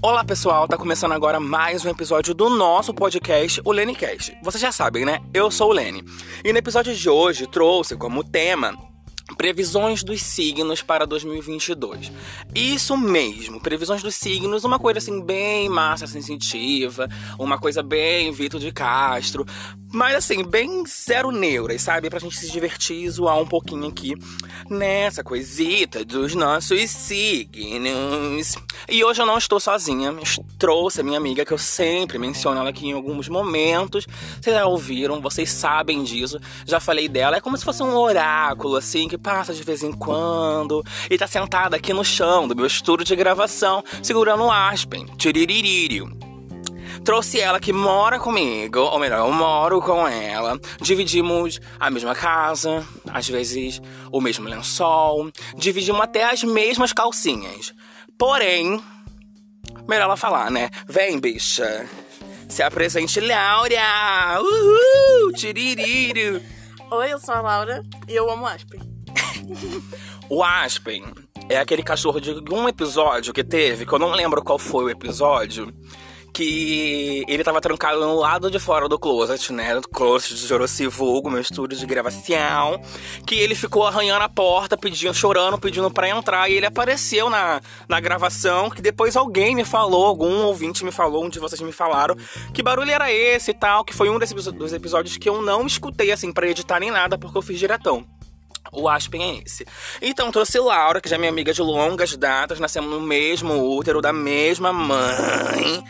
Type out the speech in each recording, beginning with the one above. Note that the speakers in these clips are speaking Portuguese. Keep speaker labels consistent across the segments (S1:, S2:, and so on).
S1: Olá pessoal, tá começando agora mais um episódio do nosso podcast, o LeniCast. Vocês já sabem, né? Eu sou o Lene. E no episódio de hoje trouxe como tema Previsões dos signos para 2022. Isso mesmo, previsões dos signos, uma coisa assim bem massa sensitiva, uma coisa bem Vitor de Castro, mas assim, bem zero neuras, sabe? Pra gente se divertir e zoar um pouquinho aqui nessa coisita dos nossos signos. E hoje eu não estou sozinha, trouxe a minha amiga que eu sempre menciono ela aqui em alguns momentos. Vocês já ouviram, vocês sabem disso, já falei dela, é como se fosse um oráculo assim que passa de vez em quando e tá sentada aqui no chão do meu estúdio de gravação, segurando um aspen, tiririrírio. Trouxe ela que mora comigo, ou melhor, eu moro com ela. Dividimos a mesma casa, às vezes o mesmo lençol, dividimos até as mesmas calcinhas. Porém, melhor ela falar, né? Vem, bicha. Se apresente, Laura! Uhul! Tiriririo!
S2: Oi, eu sou a Laura e eu amo Aspen.
S1: O Aspen é aquele cachorro de um episódio que teve, que eu não lembro qual foi o episódio, que ele tava trancado no lado de fora do closet, né? Do closet de Jorossi Vulgo, meu estúdio de gravação. Que ele ficou arranhando a porta, pedindo, chorando, pedindo pra entrar. E ele apareceu na, na gravação, que depois alguém me falou, algum ouvinte me falou, um de vocês me falaram, que barulho era esse e tal, que foi um desses, episo- dos episódios que eu não escutei, assim, pra editar nem nada, porque eu fiz diretão. O Aspen é esse. Então trouxe Laura, que já é minha amiga de longas datas, nascemos no mesmo útero da mesma mãe,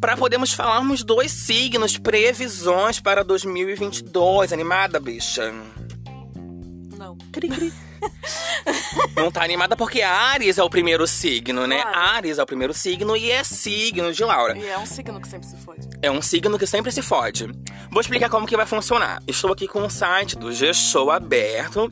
S1: para podermos falarmos dois signos, previsões para 2022. Animada, bicha?
S2: Não.
S1: Não tá animada porque Ares é o primeiro signo, né?
S2: Claro.
S1: Ares é o primeiro signo e é signo de Laura.
S2: E é um signo que sempre se foi.
S1: É um signo que sempre se fode. Vou explicar como que vai funcionar. Estou aqui com o site do G-Show aberto,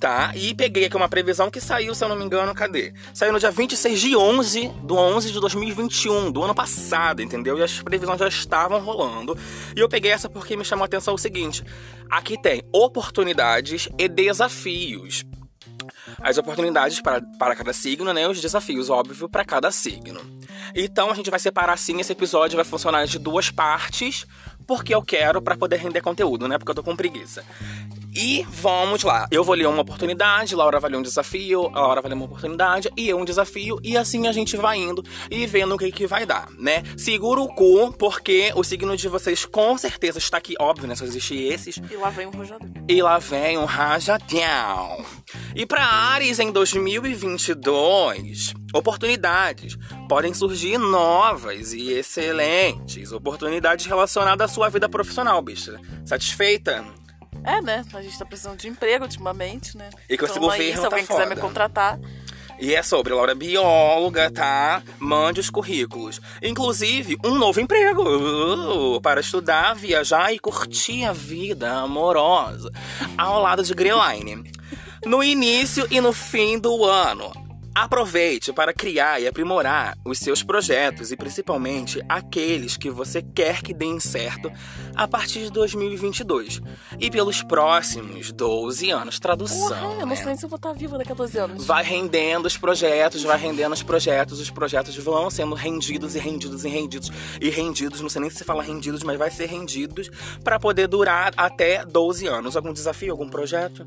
S1: tá? E peguei aqui uma previsão que saiu, se eu não me engano, cadê? Saiu no dia 26 de 11, do 11 de 2021, do ano passado, entendeu? E as previsões já estavam rolando. E eu peguei essa porque me chamou a atenção o seguinte. Aqui tem oportunidades e desafios as oportunidades para, para cada signo, né? Os desafios, óbvio, para cada signo. Então a gente vai separar assim esse episódio, vai funcionar de duas partes, porque eu quero para poder render conteúdo, né? Porque eu tô com preguiça. E vamos lá. Eu vou ler uma oportunidade, Laura vai ler um desafio, a Laura vai ler uma oportunidade e eu um desafio. E assim a gente vai indo e vendo o que, que vai dar, né? Segura o cu, porque o signo de vocês com certeza está aqui, óbvio, né? Só existe esses.
S2: E lá vem um rojador.
S1: E lá vem um rajadão. E para Ares em 2022, oportunidades podem surgir novas e excelentes. Oportunidades relacionadas à sua vida profissional, bicha. Satisfeita?
S2: É, né? A gente tá precisando de emprego ultimamente, né?
S1: E que esse
S2: Toma
S1: governo
S2: aí, se
S1: tá
S2: alguém
S1: foda.
S2: quiser me contratar.
S1: E é sobre Laura Bióloga, tá? Mande os currículos. Inclusive, um novo emprego uh, para estudar, viajar e curtir a vida amorosa ao lado de Greenline. No início e no fim do ano. Aproveite para criar e aprimorar os seus projetos e principalmente aqueles que você quer que deem certo a partir de 2022 e pelos próximos 12 anos.
S2: Porra,
S1: Tradução.
S2: eu
S1: né?
S2: não sei nem se eu vou estar viva daqui a 12 anos.
S1: Vai rendendo os projetos, vai rendendo os projetos, os projetos vão sendo rendidos e rendidos e rendidos e rendidos, não sei nem se fala rendidos, mas vai ser rendidos pra poder durar até 12 anos. Algum desafio, algum projeto?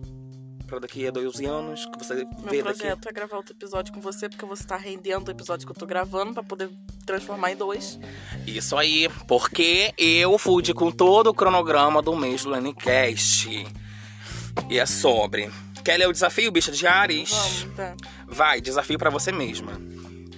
S1: Pra daqui a 12 anos que você vê
S2: Meu
S1: daqui.
S2: projeto é gravar outro episódio com você, porque você tá rendendo o episódio que eu tô gravando pra poder transformar em dois.
S1: Isso aí, porque eu fude com todo o cronograma do mês do Lanicast. E é sobre. Quer ler o desafio, bicha de Ares?
S2: Vamos, tá?
S1: Vai, desafio pra você mesma.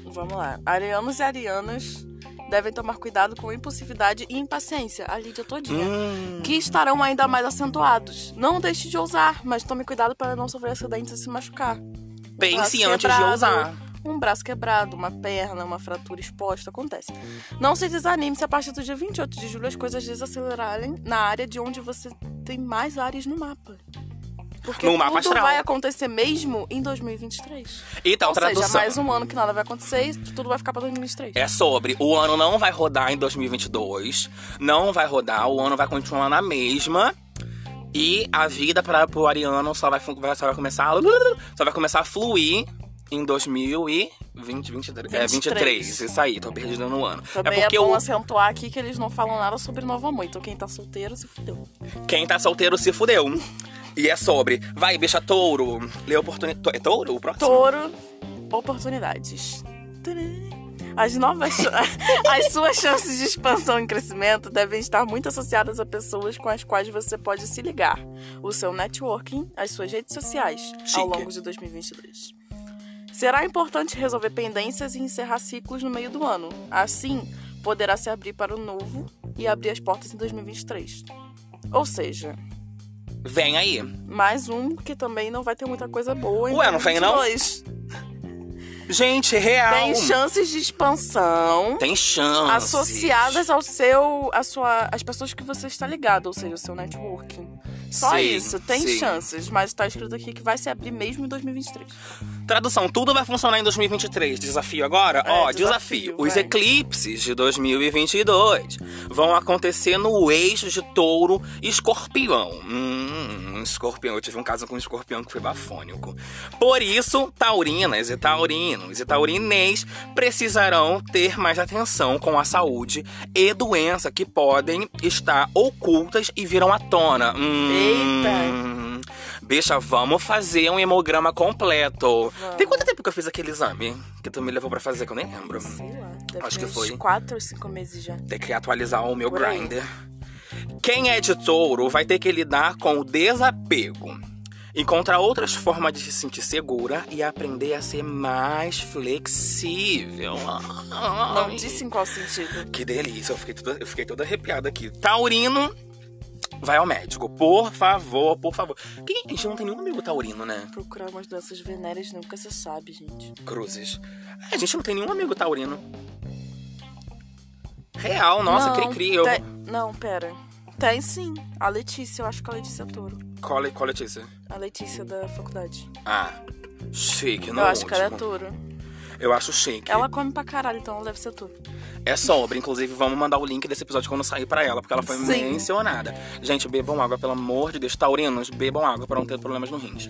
S2: Vamos lá. Arianos e arianas devem tomar cuidado com impulsividade e impaciência. A Lídia todinha.
S1: Hum.
S2: que estarão ainda mais acentuados. Não deixe de ousar, mas tome cuidado para não sofrer acidentes e se machucar. Um
S1: Pense
S2: braço
S1: antes de
S2: quebrado,
S1: usar.
S2: Um braço quebrado, uma perna, uma fratura exposta, acontece. Não se desanime se a partir do dia 28 de julho as coisas desacelerarem na área de onde você tem mais áreas no mapa. Porque
S1: No
S2: tudo
S1: mapa astral.
S2: vai acontecer mesmo em 2023.
S1: Então,
S2: Ou
S1: tradução.
S2: seja, mais um ano que nada vai acontecer e tudo vai ficar para 2023.
S1: É sobre o ano não vai rodar em 2022, não vai rodar, o ano vai continuar na mesma. E a vida para o ariano só vai, fu- vai- só vai começar, a- só vai começar a fluir em 2023. É, 23.
S2: 23.
S1: Isso aí, tô perdida no ano.
S2: Também
S1: é
S2: é,
S1: porque
S2: bom
S1: o-
S2: acentuar aqui que eles não falam nada sobre novo amor. Então quem tá solteiro se fudeu.
S1: quem tá solteiro se fudeu. E é sobre, vai, bicha touro, lê oportunidade. É touro o próximo?
S2: Touro, oportunidades. Tcharam. As novas. as suas chances de expansão e crescimento devem estar muito associadas a pessoas com as quais você pode se ligar. O seu networking, as suas redes sociais,
S1: Chique.
S2: ao longo de 2022. Será importante resolver pendências e encerrar ciclos no meio do ano. Assim, poderá se abrir para o novo e abrir as portas em 2023. Ou seja,
S1: Vem aí.
S2: mais um que também não vai ter muita coisa boa. em
S1: Ué, não vem, não?
S2: 2022.
S1: Gente, real.
S2: tem chances de expansão
S1: Tem chance.
S2: associadas ao seu, a sua, as pessoas que você está ligado, ou seja, o seu networking. Só
S1: Sim,
S2: isso, tem
S1: sim.
S2: chances, mas tá escrito aqui que vai se abrir mesmo em 2023.
S1: Tradução, tudo vai funcionar em 2023. Desafio agora?
S2: É,
S1: Ó, desafio.
S2: desafio,
S1: Os
S2: vai.
S1: eclipses de 2022 vão acontecer no eixo de touro e escorpião. Hum, escorpião. Eu tive um caso com um escorpião que foi bafônico. Por isso, taurinas e taurinos e taurinês precisarão ter mais atenção com a saúde e doença que podem estar ocultas e virão à tona. Hum, Eita! Bicha, vamos fazer um hemograma completo.
S2: Vamos.
S1: Tem quanto tempo que eu fiz aquele exame que tu me levou pra fazer, que eu nem lembro.
S2: Sei lá, deve
S1: Acho
S2: ter
S1: que foi.
S2: uns 4 ou 5 meses já.
S1: Tem que atualizar o meu
S2: Por aí.
S1: grinder. Quem é de touro vai ter que lidar com o desapego. Encontrar outras formas de se sentir segura e aprender a ser mais flexível.
S2: Não disse em qual sentido.
S1: Que delícia, eu fiquei, toda, eu fiquei toda arrepiada aqui. Taurino, vai ao médico. Por favor, por favor. Quem, a gente não tem nenhum amigo taurino, né?
S2: Procurar umas doenças venéreas nunca se sabe, gente.
S1: Cruzes. É, A gente não tem nenhum amigo taurino. Real, nossa,
S2: Não, tá-
S1: cri-cri. Eu...
S2: te- Não, pera. Tem sim. A Letícia, eu acho que a Letícia é touro.
S1: Cola, cola Letícia.
S2: A Letícia da faculdade.
S1: Ah, chique, não tipo,
S2: eu acho que ela é
S1: último.
S2: touro.
S1: Eu acho chique.
S2: Ela come pra caralho, então ela deve ser touro.
S1: É sobre, inclusive vamos mandar o link desse episódio quando sair pra ela, porque ela foi
S2: Sim.
S1: mencionada. Gente, bebam água, pelo amor de Deus. Taurinos, bebam água pra não ter problemas no rins.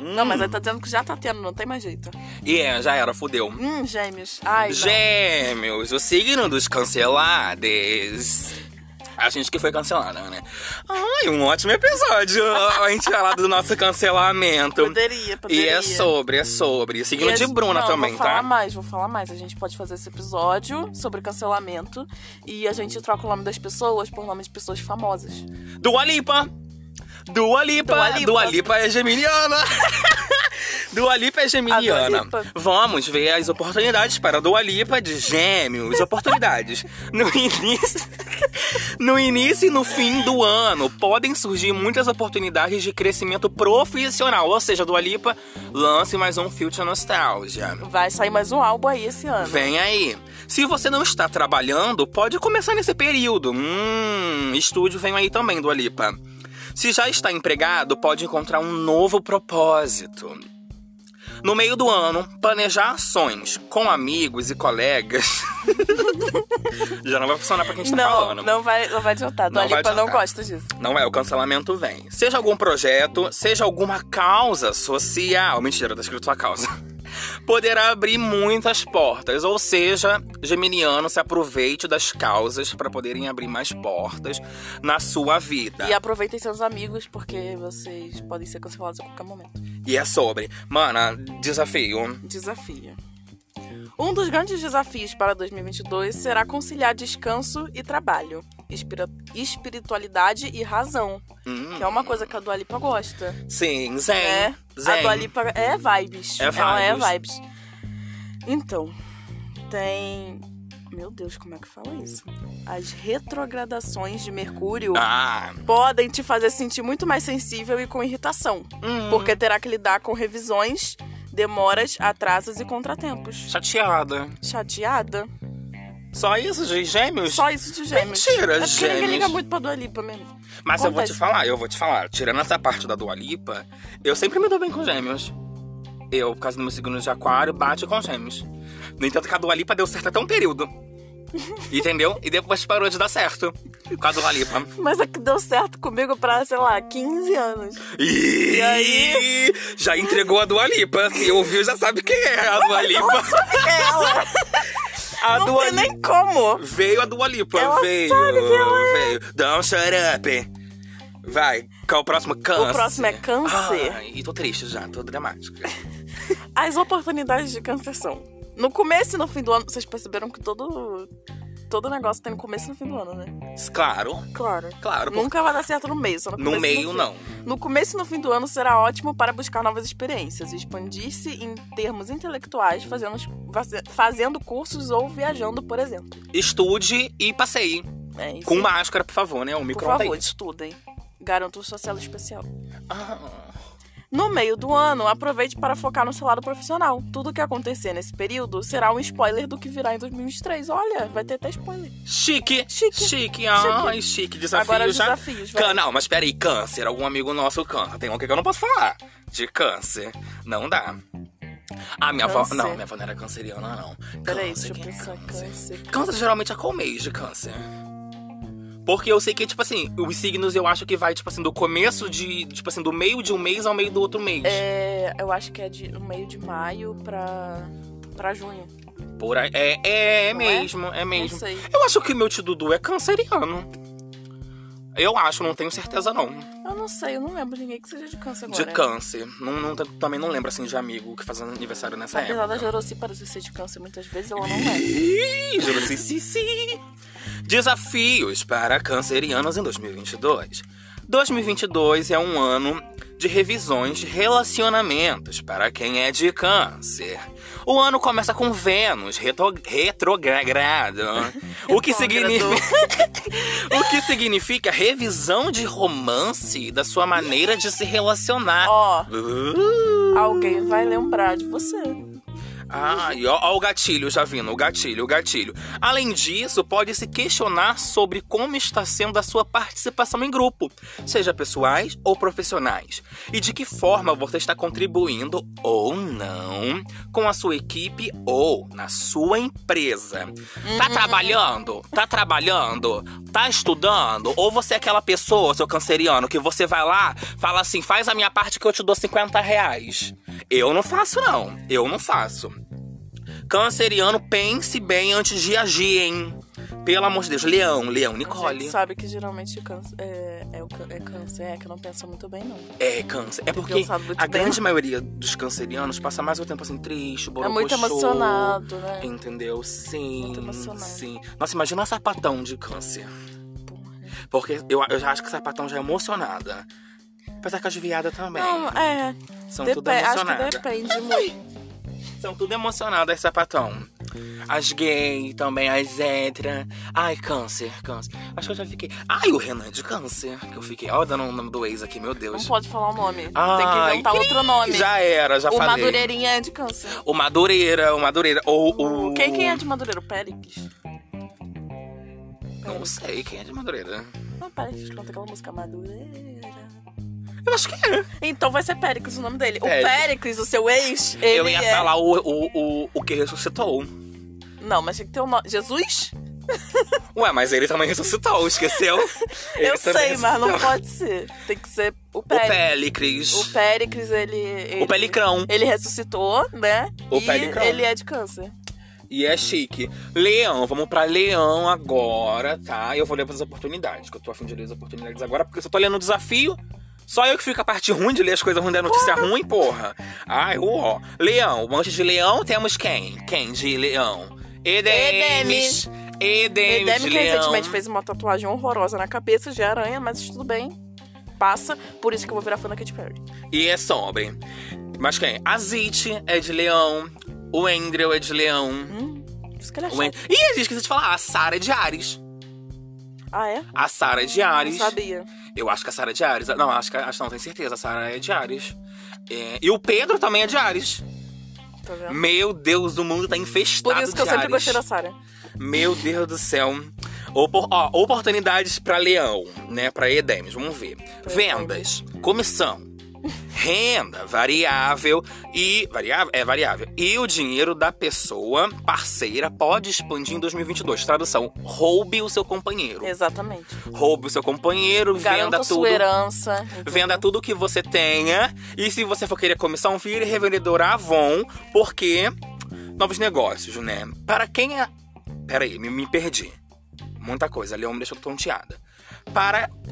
S2: Não, mas aí tá dizendo que já tá tendo, não tem mais jeito.
S1: E é, já era, fudeu.
S2: Hum, gêmeos. Ai, não.
S1: Gêmeos, o signo dos cancelados. A gente que foi cancelada, né? Ai, um ótimo episódio. A gente falar do nosso cancelamento.
S2: Poderia,
S1: E
S2: poderia.
S1: é sobre, é sobre. Signo
S2: E a
S1: de
S2: gente-
S1: Bruna
S2: não,
S1: também,
S2: vou falar
S1: tá?
S2: mais, vou falar mais. A gente pode fazer esse episódio sobre cancelamento e a gente troca o nome das pessoas por nome de pessoas famosas.
S1: Dua Lipa. Dua Lipa. Dua
S2: Dua
S1: Lipa,
S2: Lipa.
S1: é geminiana. Dua Lipa é geminiana.
S2: A Dua Lipa.
S1: Vamos ver as oportunidades para Dua Lipa de gêmeos. Oportunidades. No início... No início e no fim do ano podem surgir muitas oportunidades de crescimento profissional. Ou seja, Dua Lipa lance mais um Future Nostalgia.
S2: Vai sair mais um álbum aí esse ano.
S1: Vem aí. Se você não está trabalhando, pode começar nesse período. Hum, estúdio vem aí também, do Alipa. Se já está empregado, pode encontrar um novo propósito. No meio do ano, planejar ações com amigos e colegas. já não vai funcionar pra quem está
S2: Não,
S1: tá falando.
S2: não vai, não vai adiantar.
S1: Não
S2: Dua
S1: vai
S2: Lipa não
S1: adiantar.
S2: gosta disso.
S1: Não é, o cancelamento vem. Seja algum projeto, seja alguma causa social. Mentira, tá escrito sua causa. Poderá abrir muitas portas, ou seja, Geminiano se aproveite das causas para poderem abrir mais portas na sua vida.
S2: E aproveitem seus amigos, porque vocês podem ser cancelados a qualquer momento.
S1: E é sobre. Mana, desafio.
S2: Desafio. Um dos grandes desafios para 2022 será conciliar descanso e trabalho, espira- espiritualidade e razão,
S1: Hum,
S2: que é uma coisa que a Dua Lipa gosta,
S1: Sim, zen.
S2: né?
S1: zen.
S2: A Dua Lipa é vibes.
S1: É
S2: Ela é
S1: vibes.
S2: vibes. Então, tem... Meu Deus, como é que fala isso? As retrogradações de Mercúrio
S1: Ah,
S2: podem te fazer sentir muito mais sensível e com irritação,
S1: hum,
S2: porque terá que lidar com revisões, demoras, atrasos e contratempos.
S1: chateada.
S2: Chateada?
S1: Só isso de gêmeos?
S2: Só isso de gêmeos.
S1: Mentira,
S2: é porque ninguém
S1: gêmeos.
S2: liga muito pra Dua Lipa mesmo.
S1: Mas eu vou te
S2: Acontece.
S1: falar, eu vou te falar. Tirando essa parte da Dua Lipa, eu sempre me dou bem com gêmeos. Eu, por causa do meu signo de aquário, bate com gêmeos. No entanto, que a Dua Lipa deu certo até um período. Entendeu? E depois parou de dar certo. Por causa do Lalipa.
S2: Mas a que deu certo comigo pra, sei lá, 15 anos.
S1: E
S2: aí?
S1: Já entregou a Dua Lipa. Se ouviu, já sabe quem é a Dua Lipa.
S2: É Ela!
S1: A
S2: não
S1: Dua
S2: tem
S1: Lipa.
S2: nem como.
S1: Veio a Dua Lipa.
S2: Ela
S1: veio.
S2: sabe quem ela é.
S1: veio. Don't shut up. Vai, qual o próximo? Câncer.
S2: próximo é Câncer.
S1: Ai, e tô triste já, tô dramática.
S2: As oportunidades de câncer são. No começo e no fim do ano, vocês perceberam que todo. Todo negócio tem no começo e no fim do ano, né?
S1: Claro,
S2: Claro.
S1: claro. porque
S2: Nunca vai dar certo no meio, só no, começo
S1: No
S2: e
S1: meio,
S2: fim.
S1: não.
S2: No começo e no fim do ano será ótimo para buscar novas experiências, expandir-se em termos intelectuais, fazendo, fazendo cursos ou viajando, por exemplo.
S1: Estude e passeie.
S2: É isso.
S1: Com máscara, por favor, né? O
S2: por
S1: micro
S2: favor, estudem. Garanto o social especial.
S1: Ah,
S2: No meio do ano, aproveite para focar no seu lado profissional. Tudo o que acontecer nesse período será um spoiler do que virá em 2023. Olha, vai ter até spoiler.
S1: chique.
S2: Chique.
S1: Chique. Ai, chique. Desafio
S2: Agora os
S1: já.
S2: desafios, vai.
S1: Cã- Não, mas peraí, câncer. Algum amigo nosso câncer. Tem um que eu não posso falar. De câncer. Não dá. A minha avó.
S2: Câncer.
S1: Não, minha avó não era canceriana, não.
S2: Peraí,
S1: Câncer,
S2: deixa eu
S1: quem é
S2: pensar. Câncer.
S1: Câncer geralmente é qual mês de câncer? Porque eu sei que, tipo assim, os signos eu acho que vai, tipo assim, do começo de. Tipo assim, do meio de um mês ao meio do outro mês.
S2: É, eu acho que é de no meio de maio pra, pra junho.
S1: Por aí- é, é, é
S2: Não é?
S1: mesmo, é mesmo.
S2: Não sei.
S1: Eu acho que o meu tio Dudu é canceriano. Eu acho, não tenho certeza não.
S2: Eu não sei, eu não lembro ninguém que seja de câncer
S1: De
S2: agora.
S1: câncer. Não, não- também não lembro assim de amigo que faz aniversário nessa
S2: Apesar da
S1: época.
S2: Joroci parecer ser de câncer muitas vezes, ela não é.
S1: Ih, juro, sim, sim, sim. Desafios para cancerianos em 2022. 2022 é um ano de revisões de relacionamentos para quem é de câncer. O ano começa com Vênus retro- retrogrado, o que significa O que significa revisão de romance da sua maneira de se relacionar.
S2: Ó,
S1: Uh.
S2: alguém vai lembrar de você.
S1: Ai, Ah, ó, ó o gatilho já vindo, o gatilho, o gatilho. Além disso, pode se questionar sobre como está sendo a sua participação em grupo, seja pessoais ou profissionais, e de que forma você está contribuindo ou não com a sua equipe ou na sua empresa. Tá trabalhando? Tá trabalhando? Tá estudando? Ou você é aquela pessoa, seu canceriano, que você vai lá, fala assim, faz a minha parte que eu te dou 50 reais. Eu não faço, não. Eu não faço. Canceriano, pense bem antes de agir, hein? Pelo amor de Deus. Leão, Leão,
S2: A gente
S1: Nicole.
S2: sabe que geralmente câncer é, é, o cân- é câncer, é que não pensa muito bem, não.
S1: É, câncer. É porque
S2: pensado muito
S1: a
S2: bem.
S1: grande maioria dos cancerianos passa mais o tempo assim, triste,
S2: É muito
S1: borocochô.
S2: emocionado, né?
S1: Entendeu? Sim.
S2: Muito emocionado.
S1: Sim. Nossa, imagina um sapatão de câncer.
S2: Porra.
S1: Porque eu, eu já acho que sapatão já é emocionada. Apesar que as viadas também.
S2: Não, é.
S1: São Então, tudo
S2: Depe- acho que
S1: emocionadas.
S2: depende muito.
S1: São tudo emocionadas, sapatão. As gay também, as hétera. Ai, câncer, câncer. Acho que eu já fiquei. Ai, o Renan é de câncer. Que eu fiquei. Ó, dando o nome do ex aqui, meu Deus.
S2: Não pode falar o nome. Tem que
S1: Ai,
S2: inventar outro nome.
S1: Ah, Já era, já
S2: o
S1: falei.
S2: Madureirinha é de câncer.
S1: O Madureira, o Madureira. Ou o.
S2: Quem, quem é de Madureira? O Péricles?
S1: Não sei quem é de Madureira.
S2: Não, Péricles canta aquela música Madureira.
S1: Eu acho que é.
S2: Então vai ser Péricles o nome dele.
S1: Péricles.
S2: O Péricles, o seu ex, ele
S1: eu ia
S2: é...
S1: falar o, o, o, o que ressuscitou.
S2: Não, mas tem que ter o nome. Jesus?
S1: Ué, mas ele também ressuscitou, esqueceu? Ele
S2: eu
S1: também
S2: sei, mas não
S1: ressuscitou.
S2: pode ser. Tem que ser o
S1: O
S2: Péricles. O
S1: Pélicris.
S2: Péricles, ele... ele-
S1: O Pelicrão.
S2: Ele ressuscitou, né?
S1: O
S2: e
S1: Péricles.
S2: ele é de câncer.
S1: E é chique. Leão, vamos pra Leão agora, tá? Eu vou ler as oportunidades, que eu tô afim de ler as oportunidades agora, porque se eu tô lendo o desafio, só eu que fico a parte ruim de ler as coisas ruins da notícia ruim, porra. Ai, ó. Leão, antes de Leão temos quem? Quem de Leão? Edemes. Edemes
S2: Edemi,
S1: de
S2: que
S1: Leão.
S2: recentemente fez uma tatuagem horrorosa na cabeça de aranha, mas tudo bem. Passa. Por isso que eu vou virar fã da Katy Perry.
S1: E é sobre. Mas quem? Azit é de Leão. O Andrew é de Leão.
S2: Hum, isso que ele é
S1: O An-
S2: chato.
S1: Ih, a gente esqueci de falar. A Sara é de Ares.
S2: Ah, é?
S1: A Sara é de
S2: Não
S1: Ares.
S2: sabia.
S1: Eu acho que a Sara é de Ares. Não, acho que acho, não, tenho certeza. A Sara é de Ares. É, E o Pedro também é de Ares.
S2: Tá vendo?
S1: Meu Deus, o mundo tá infestado
S2: Por isso
S1: de
S2: que eu sempre
S1: Ares.
S2: gostei da Sarah.
S1: Meu Deus do céu. Opor- ó, oportunidades pra Leão, né? Pra Edemes, vamos ver.
S2: Pra
S1: Vendas, comissão, Renda variável e. Variável? É variável. E o dinheiro da pessoa parceira pode expandir em 2022. Tradução: roube o seu
S2: É.
S1: companheiro.
S2: Exatamente.
S1: Roube o seu companheiro, venda
S2: Garanta
S1: tudo.
S2: sua herança. entendeu?
S1: Venda tudo que você tenha. E se você for querer comissão, vire revendedora Avon, porque novos negócios, né? Para quem é. Peraí, me, me perdi. Muita coisa, Leon me deixou tonteada. Para.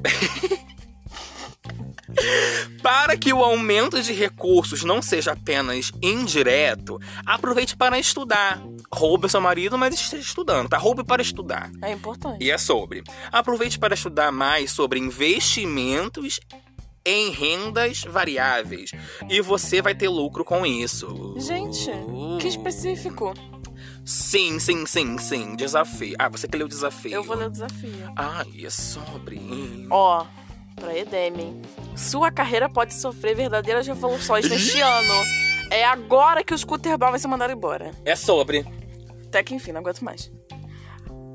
S1: Para que o aumento de recursos não seja apenas indireto, aproveite para estudar. Roube seu marido, mas esteja estudando, tá? Roube para estudar.
S2: É importante.
S1: E é sobre. Aproveite para estudar mais sobre investimentos em rendas variáveis. E você vai ter lucro com isso.
S2: Gente, que específico.
S1: Sim, sim, sim, sim. Desafio. Ah, você que leu o desafio.
S2: Eu vou ler o desafio.
S1: Ah, e é sobre.
S2: Ó, Hum. pra Edem, hein? Sua carreira pode sofrer verdadeiras revoluções neste ano. É agora que o Scooter Bar vai ser mandado embora.
S1: É sobre.
S2: Até que enfim, não aguento mais.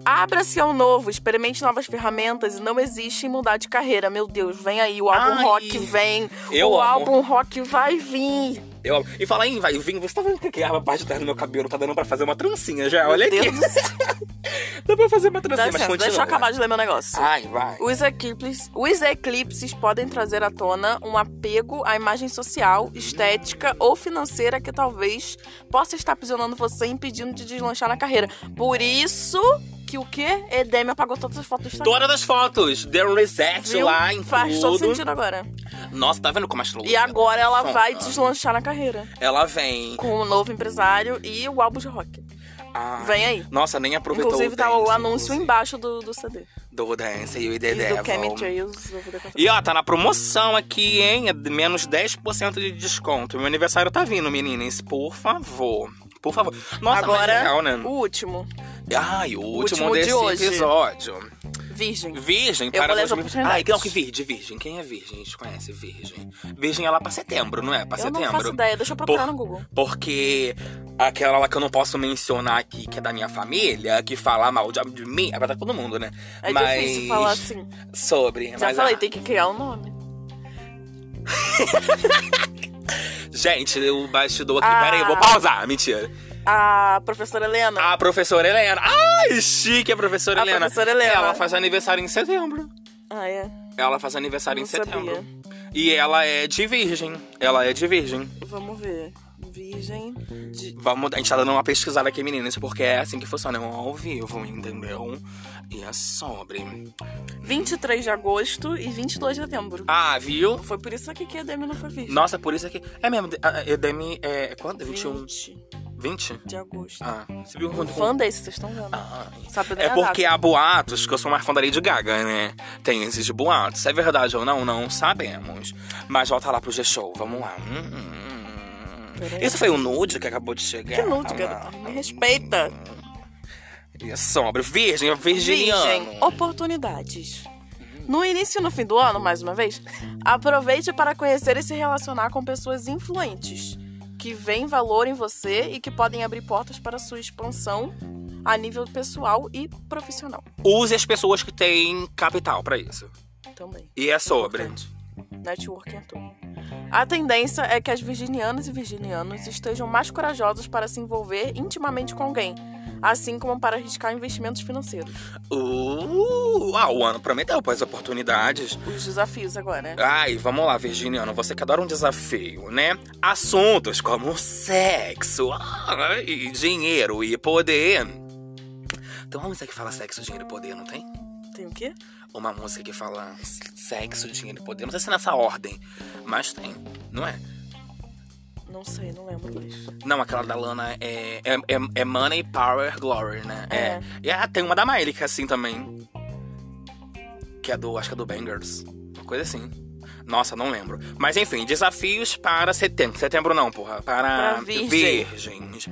S2: Abra-se ao novo, experimente novas ferramentas e não existe em mudar de carreira. Meu Deus, vem aí, o álbum
S1: Ai,
S2: rock vem.
S1: eu
S2: o
S1: amo.
S2: álbum rock vai vir.
S1: Eu... E fala aí, vai, Vim, você tá vendo que a parte do meu cabelo tá dando pra fazer uma trancinha já? Olha
S2: Meu
S1: aqui.
S2: Deus do céu.
S1: Dá pra fazer uma
S2: Dá
S1: trancinha, mas
S2: licença,
S1: continua.
S2: deixa eu acabar de ler meu negócio.
S1: Ai, vai.
S2: Os eclipses, os eclipses podem trazer à tona um apego à imagem social, estética ou financeira que talvez possa estar aprisionando você e impedindo de deslanchar na carreira. Por isso que o quê? Edeme apagou todas as fotos do Instagram.
S1: Todas as fotos, deu um reset
S2: Viu?
S1: lá em
S2: Faz todo
S1: tudo.
S2: sentido agora.
S1: Nossa, tá vendo como a astrologia
S2: E agora ela
S1: funciona?
S2: vai deslanchar na carreira.
S1: Ela vem.
S2: Com o novo empresário e o álbum de rock.
S1: Ah,
S2: Vem aí.
S1: Nossa, nem aproveitou
S2: Inclusive
S1: o
S2: tá o
S1: dance,
S2: anúncio
S1: inclusive.
S2: embaixo do, do CD.
S1: Do Dance e o The
S2: E do Cammy
S1: Devil.
S2: Trails. eu vou decorar.
S1: E ó, tá na promoção aqui, hein? É de Menos 10% de desconto. Meu aniversário tá vindo, meninas. Por favor. Por favor. Nossa, mas
S2: Agora,
S1: é legal, né?
S2: o último.
S1: Ai, o último,
S2: último de
S1: desse
S2: hoje.
S1: episódio.
S2: Virgem.
S1: Virgem
S2: Eu
S1: para
S2: vou ler as
S1: 2020. Ai,
S2: oportunidades.
S1: não, que virgem, virgem. Quem é virgem? A gente conhece virgem. Virgem é lá pra setembro, não é? Pra
S2: Eu
S1: setembro.
S2: não faço ideia, deixa eu procurar
S1: Por-
S2: no Google.
S1: Porque aquela lá que eu não posso mencionar aqui, que é da minha família, que fala mal de, de mim, é pra todo mundo, né?
S2: É
S1: Mas-
S2: difícil falar assim.
S1: Sobre.
S2: Já
S1: mas,
S2: falei,
S1: ah,
S2: tem que criar um nome.
S1: Gente, o bastidor aqui.
S2: Ah.
S1: Pera aí, eu vou pausar. Mentira.
S2: A professora Helena.
S1: A professora Helena. Ai, chique a professora
S2: A
S1: Helena.
S2: professora Helena.
S1: Ela faz aniversário em setembro.
S2: Ah, é?
S1: Ela faz aniversário
S2: Não
S1: em setembro.
S2: sabia.
S1: E ela é de virgem. Ela é de virgem.
S2: Vamos ver. Virgem de...
S1: Vamos, a gente tá dando uma pesquisada aqui, meninas, porque é assim que funciona. É um ao vivo, entendeu? E é sobre.
S2: 23 de agosto e 22 de setembro.
S1: Ah, viu?
S2: Foi por isso aqui que a Demi não foi virgem.
S1: Nossa, por isso é que. É mesmo, a- a- eu dei me. É, quanto? 21?
S2: 20
S1: 20?
S2: de agosto.
S1: Ah, você viu quanto?
S2: Fã desse, vocês estão vendo.
S1: Ah,
S2: Sabe nem
S1: É
S2: a
S1: porque
S2: data.
S1: há boatos que eu sou mais fã da Lady Gaga, né? Tem esses boatos. Se é verdade ou não, não sabemos. Mas volta lá pro G-Show, vamos lá. Hum, hum, hum.
S2: Peraí.
S1: Isso foi o nude que acabou de chegar. Ah,
S2: Que nude, garota. Me respeita.
S1: E é sobre. Virgem, é virginiano.
S2: Virgem, oportunidades. No início e no fim do ano, mais uma vez, aproveite para conhecer e se relacionar com pessoas influentes que veem valor em você e que podem abrir portas para sua expansão a nível pessoal e profissional
S1: Use as pessoas que têm capital pra isso.
S2: também.
S1: E é sobre.
S2: Importante. Networking é tudo. A tendência é que as virginianas e virginianos estejam mais corajosos para se envolver intimamente com alguém, assim como para arriscar investimentos financeiros.
S1: Uh, ah, o ano prometeu pô, as oportunidades.
S2: Os desafios agora. né?
S1: Ai, vamos lá, Virginiano, você que adora um desafio, né? Assuntos como sexo, ai, e dinheiro e poder. Tem uma música que fala sexo, dinheiro e poder, não tem?
S2: Tem o quê?
S1: Uma música que fala sexo, dinheiro e poder. Não sei se é nessa ordem, mas tem, não é?
S2: Não sei, não lembro mais.
S1: Não, aquela da Lana é, é, é, é Money, Power, Glory, né?
S2: É.
S1: E ah, tem uma da Miley que é assim também. Que é do, acho que é do Bangers. Uma coisa assim. Nossa, não lembro. Mas enfim, desafios para setembro. Setembro não, porra. Para
S2: Para virgem.
S1: virgens.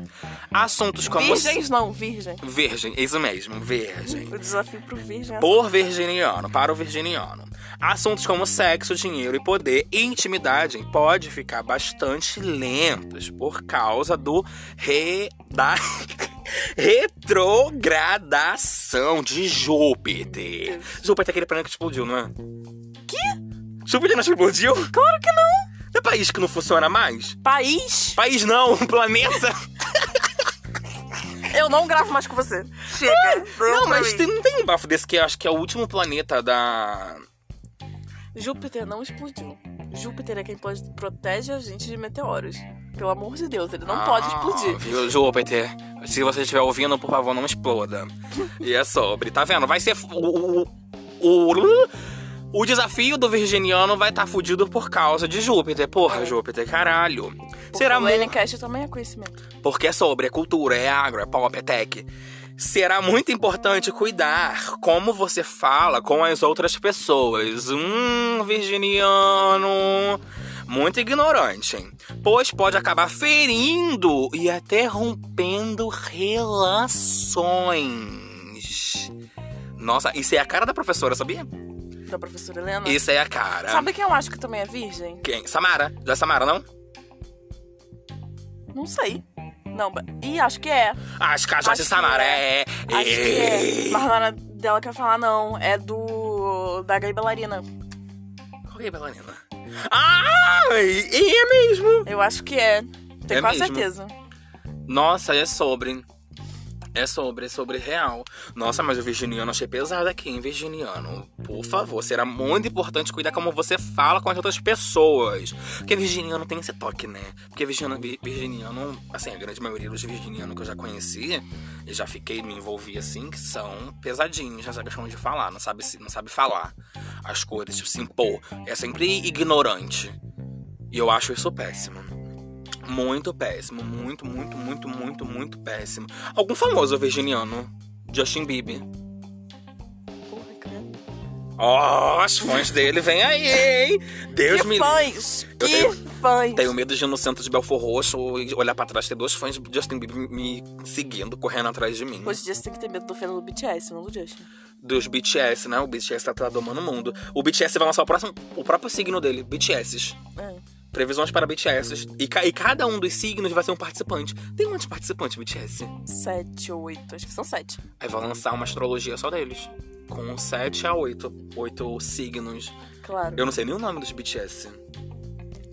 S1: Assuntos como...
S2: Virgens não, virgem.
S1: Virgem, isso mesmo, virgem.
S2: O desafio pro virgem é
S1: Por virginiano, para o virginiano. Assuntos como sexo, dinheiro e poder e intimidade pode ficar bastante lentos por causa do re... da... retrogradação de Júpiter. Júpiter é aquele planeta que explodiu, não é? Que? Júpiter não explodiu?
S2: Claro que não!
S1: Tem país que não funciona mais?
S2: País,
S1: País não, planeta.
S2: eu não gravo mais com você. Ah, Chega.
S1: Não, mas
S2: tem...
S1: tem, não tem um bafo desse que eu acho que é o último planeta da.
S2: Júpiter não explodiu. Júpiter é quem pode, protege a gente de meteoros. Pelo amor de Deus, ele não pode explodir.
S1: Ah, Viu, Júpiter? Se você estiver ouvindo, por favor, não exploda. e é sobre. Tá vendo? Vai ser. f- O, o, o, o desafio do virginiano vai estar tá fudido por causa de Júpiter. Porra,
S2: É.
S1: Júpiter, caralho.
S2: Porque
S1: Será
S2: o
S1: muito.
S2: Lenicast também é conhecimento.
S1: Porque é sobre, é cultura, é agro, é pop, é tech. Será muito importante cuidar como você fala com as outras pessoas. Hum, virginiano. Muito ignorante, hein? pois pode acabar ferindo e até rompendo relações. Nossa, isso é a cara da professora, sabia?
S2: Hum. Da professora Helena.
S1: Isso é a cara.
S2: Sabe quem eu acho que também é virgem?
S1: Quem? Samara. Já é Samara, não?
S2: Não sei. Não, ba- e acho que é.
S1: Acho que a Jace
S2: Acho que
S1: Samara é.
S2: é. Acho que é. Mas na hora dela quer falar, não. É do. da gay bailarina.
S1: Qual que é a bailarina? Ah, e é mesmo.
S2: Eu acho que é. Tenho
S1: É
S2: quase
S1: mesmo.
S2: certeza.
S1: Nossa, é sobre. É sobre, é sobre real. Nossa, mas o virginiano achei pesado aqui, hein, virginiano? Por favor, será muito importante cuidar como você fala com as outras pessoas. Porque virginiano tem esse toque, né? Porque virginiano, vi- virginiano assim, a grande maioria dos virginianos que eu já conheci, e já fiquei, me envolvi assim, que são pesadinhos nessa questão de falar. Não sabe, se- não sabe falar as coisas, tipo, se impor. É sempre ignorante. E eu acho isso péssimo. Muito péssimo, muito, muito, muito, muito, muito péssimo. Algum famoso virginiano? Justin Bieber.
S2: Porra, credo.
S1: Ó, as fãs dele vêm aí, hein? Deus
S2: que
S1: me
S2: fãs!
S1: Eu
S2: Que fãs!
S1: Tenho medo de ir no centro de Belfor Roxo e olhar pra trás ter dois fãs de Justin Bieber me seguindo, correndo atrás de mim.
S2: Hoje em dia você tem que ter medo do feno do BTS, não do Justin.
S1: Dos BTS, né? O BTS tá, tá domando o mundo. O BTS vai lançar o, próximo, o próprio signo dele, BTS.
S2: É.
S1: Previsões para BTS. E, ca- e cada um dos signos vai ser um participante. Tem muitos participantes, BTS.
S2: Sete ou oito, acho que são sete.
S1: Aí vai lançar uma astrologia só deles. Com 7 a 8. 8 signos.
S2: Claro.
S1: Eu não sei nem o nome dos BTS.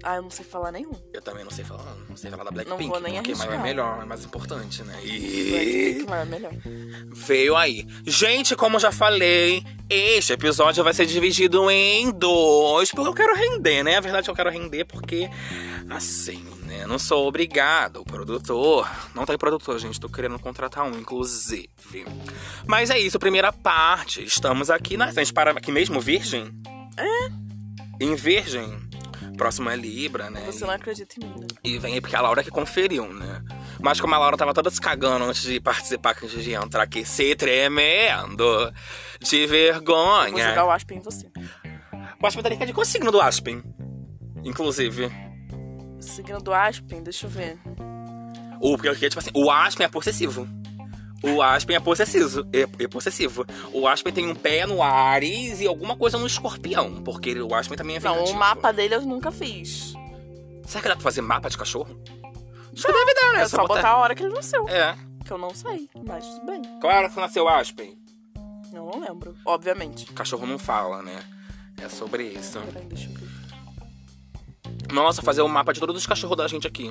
S2: Ah, eu não sei falar nenhum.
S1: Eu também não sei falar. Não sei falar da Blackpink.
S2: vou nem
S1: porque mas é
S2: arriscar.
S1: melhor, é mais importante, né? E
S2: Blackpink, mas é melhor.
S1: veio aí. Gente, como eu já falei, este episódio vai ser dividido em dois. Porque eu quero render, né? A verdade é que eu quero render porque. Assim, né? Não sou obrigado. O produtor. Não tem produtor, gente. Tô querendo contratar um, inclusive. Mas é isso, primeira parte. Estamos aqui na. A gente para aqui mesmo, Virgem? É? Em Virgem. Próximo é Libra, né?
S2: Você não acredita em mim, né?
S1: E vem aí porque a Laura que conferiu, né? Mas como a Laura tava toda se cagando antes de participar, antes de entrar aqui, se tremendo de
S2: Eu Vou jogar
S1: vergonha.
S2: o Aspen em você.
S1: O Aspen Daniel é de qual signo do Aspen? Inclusive.
S2: Signo do Aspen, deixa eu ver.
S1: O, porque, tipo assim, o Aspen é possessivo. O Aspen é possessivo. É, é possessivo. O Aspen tem um pé no Ares e alguma coisa no escorpião. Porque ele- o Aspen também é
S2: Não, o
S1: vingativo.
S2: mapa dele eu nunca fiz.
S1: Será que dá pra fazer mapa de cachorro? Acho que deve dar, né?
S2: É só botar a hora que ele nasceu.
S1: É.
S2: Que eu não sei, mas tudo bem.
S1: Qual era que nasceu o Aspen?
S2: Eu não lembro, obviamente.
S1: cachorro não fala, né? É sobre isso.
S2: Peraí, deixa eu ver.
S1: Nossa, fazer o mapa de todos os cachorros da gente aqui.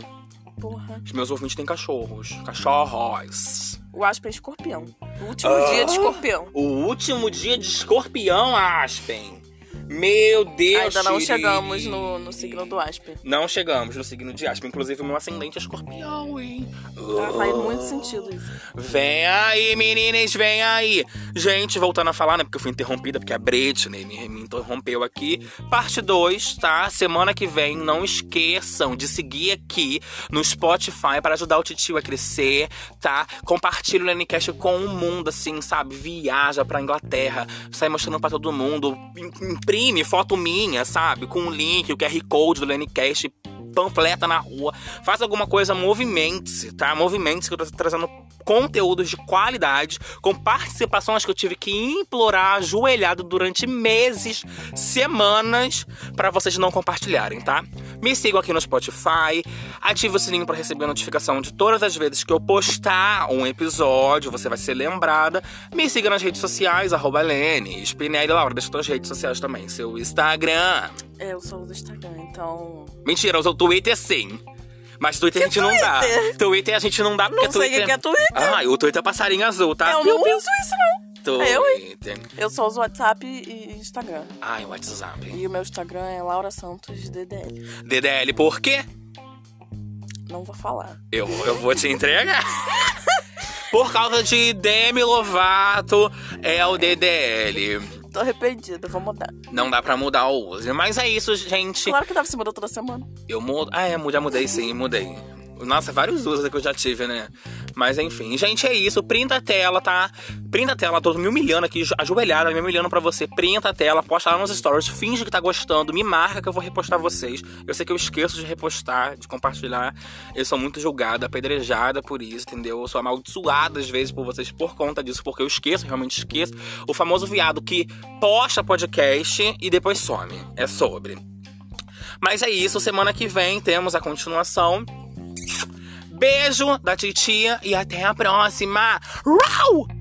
S2: Porra.
S1: Os meus ouvintes têm cachorros. Cachorros.
S2: O Aspen é escorpião. O último
S1: Ah.
S2: dia de escorpião.
S1: O último dia de escorpião, Aspen. Meu Deus.
S2: Ainda não
S1: Siri.
S2: chegamos no, no signo do Aspen.
S1: Não chegamos no signo de Aspen. Inclusive, o meu ascendente é escorpião, hein?
S2: Ah, faz muito sentido isso.
S1: Vem aí, meninas, vem aí. Gente, voltando a falar, né? Porque eu fui interrompida, porque a Britney me, me interrompeu aqui. Parte 2, tá? Semana que vem, não esqueçam de seguir aqui no Spotify para ajudar o Titio a crescer, tá? Compartilha o Lenicast com o mundo, assim, sabe? Viaja pra Inglaterra, sai mostrando pra todo mundo. im- Imprime foto minha, sabe? Com o link, o QR Code do Lenicast, panfleta na rua. Faça alguma coisa, movimente-se, tá? Movimente-se que eu tô trazendo conteúdos de qualidade, com participações que eu tive que implorar ajoelhado durante meses, semanas, para vocês não compartilharem, tá? Me sigam aqui no Spotify, ative o sininho para receber notificação de todas as vezes que eu postar um episódio, você vai ser lembrada. Me siga nas redes sociais, arroba Lene, Spinelli, Laura, deixa suas redes sociais também, seu Instagram.
S2: É, Eu sou do Instagram, então.
S1: Mentira, eu sou Twitter sim. Mas Twitter a gente não dá.
S2: Twitter?
S1: Twitter a gente não dá porque
S2: não sei o
S1: Twitter.
S2: que que é Twitter. um
S1: Ah, o Twitter é passarinho azul, tá?
S2: eu
S1: Piu,
S2: não
S1: piu,
S2: uso isso, não. Eu,
S1: Twitter.
S2: Eu só uso WhatsApp e Instagram.
S1: Ai, WhatsApp.
S2: E o meu Instagram é Laura Santos DDL.
S1: DDL, por quê?
S2: Não vou falar.
S1: Eu, eu vou te entregar. Por causa de Demi Lovato, é o DDL.
S2: Tô arrependida, vou mudar.
S1: Não dá pra mudar o uso. Mas é isso, gente.
S2: Claro que deve se mudar toda semana.
S1: Eu mudo. Ah, é, já mudei sim, mudei. Nossa, vários usos que eu já tive, né? Mas enfim, gente, é isso. Printa a tela, tá? Printa a tela, tô me humilhando aqui, ajoelhada, me humilhando pra você. Printa a tela, posta lá nos stories, finge que tá gostando, me marca que eu vou repostar vocês. Eu sei que eu esqueço de repostar, de compartilhar. Eu sou muito julgada, apedrejada por isso, entendeu? Eu sou amaldiçoada às vezes por vocês por conta disso, porque eu esqueço, realmente esqueço. O famoso viado que posta podcast e depois some. É sobre. Mas é isso, semana que vem temos a continuação. Beijo da titia e até a próxima. Uau!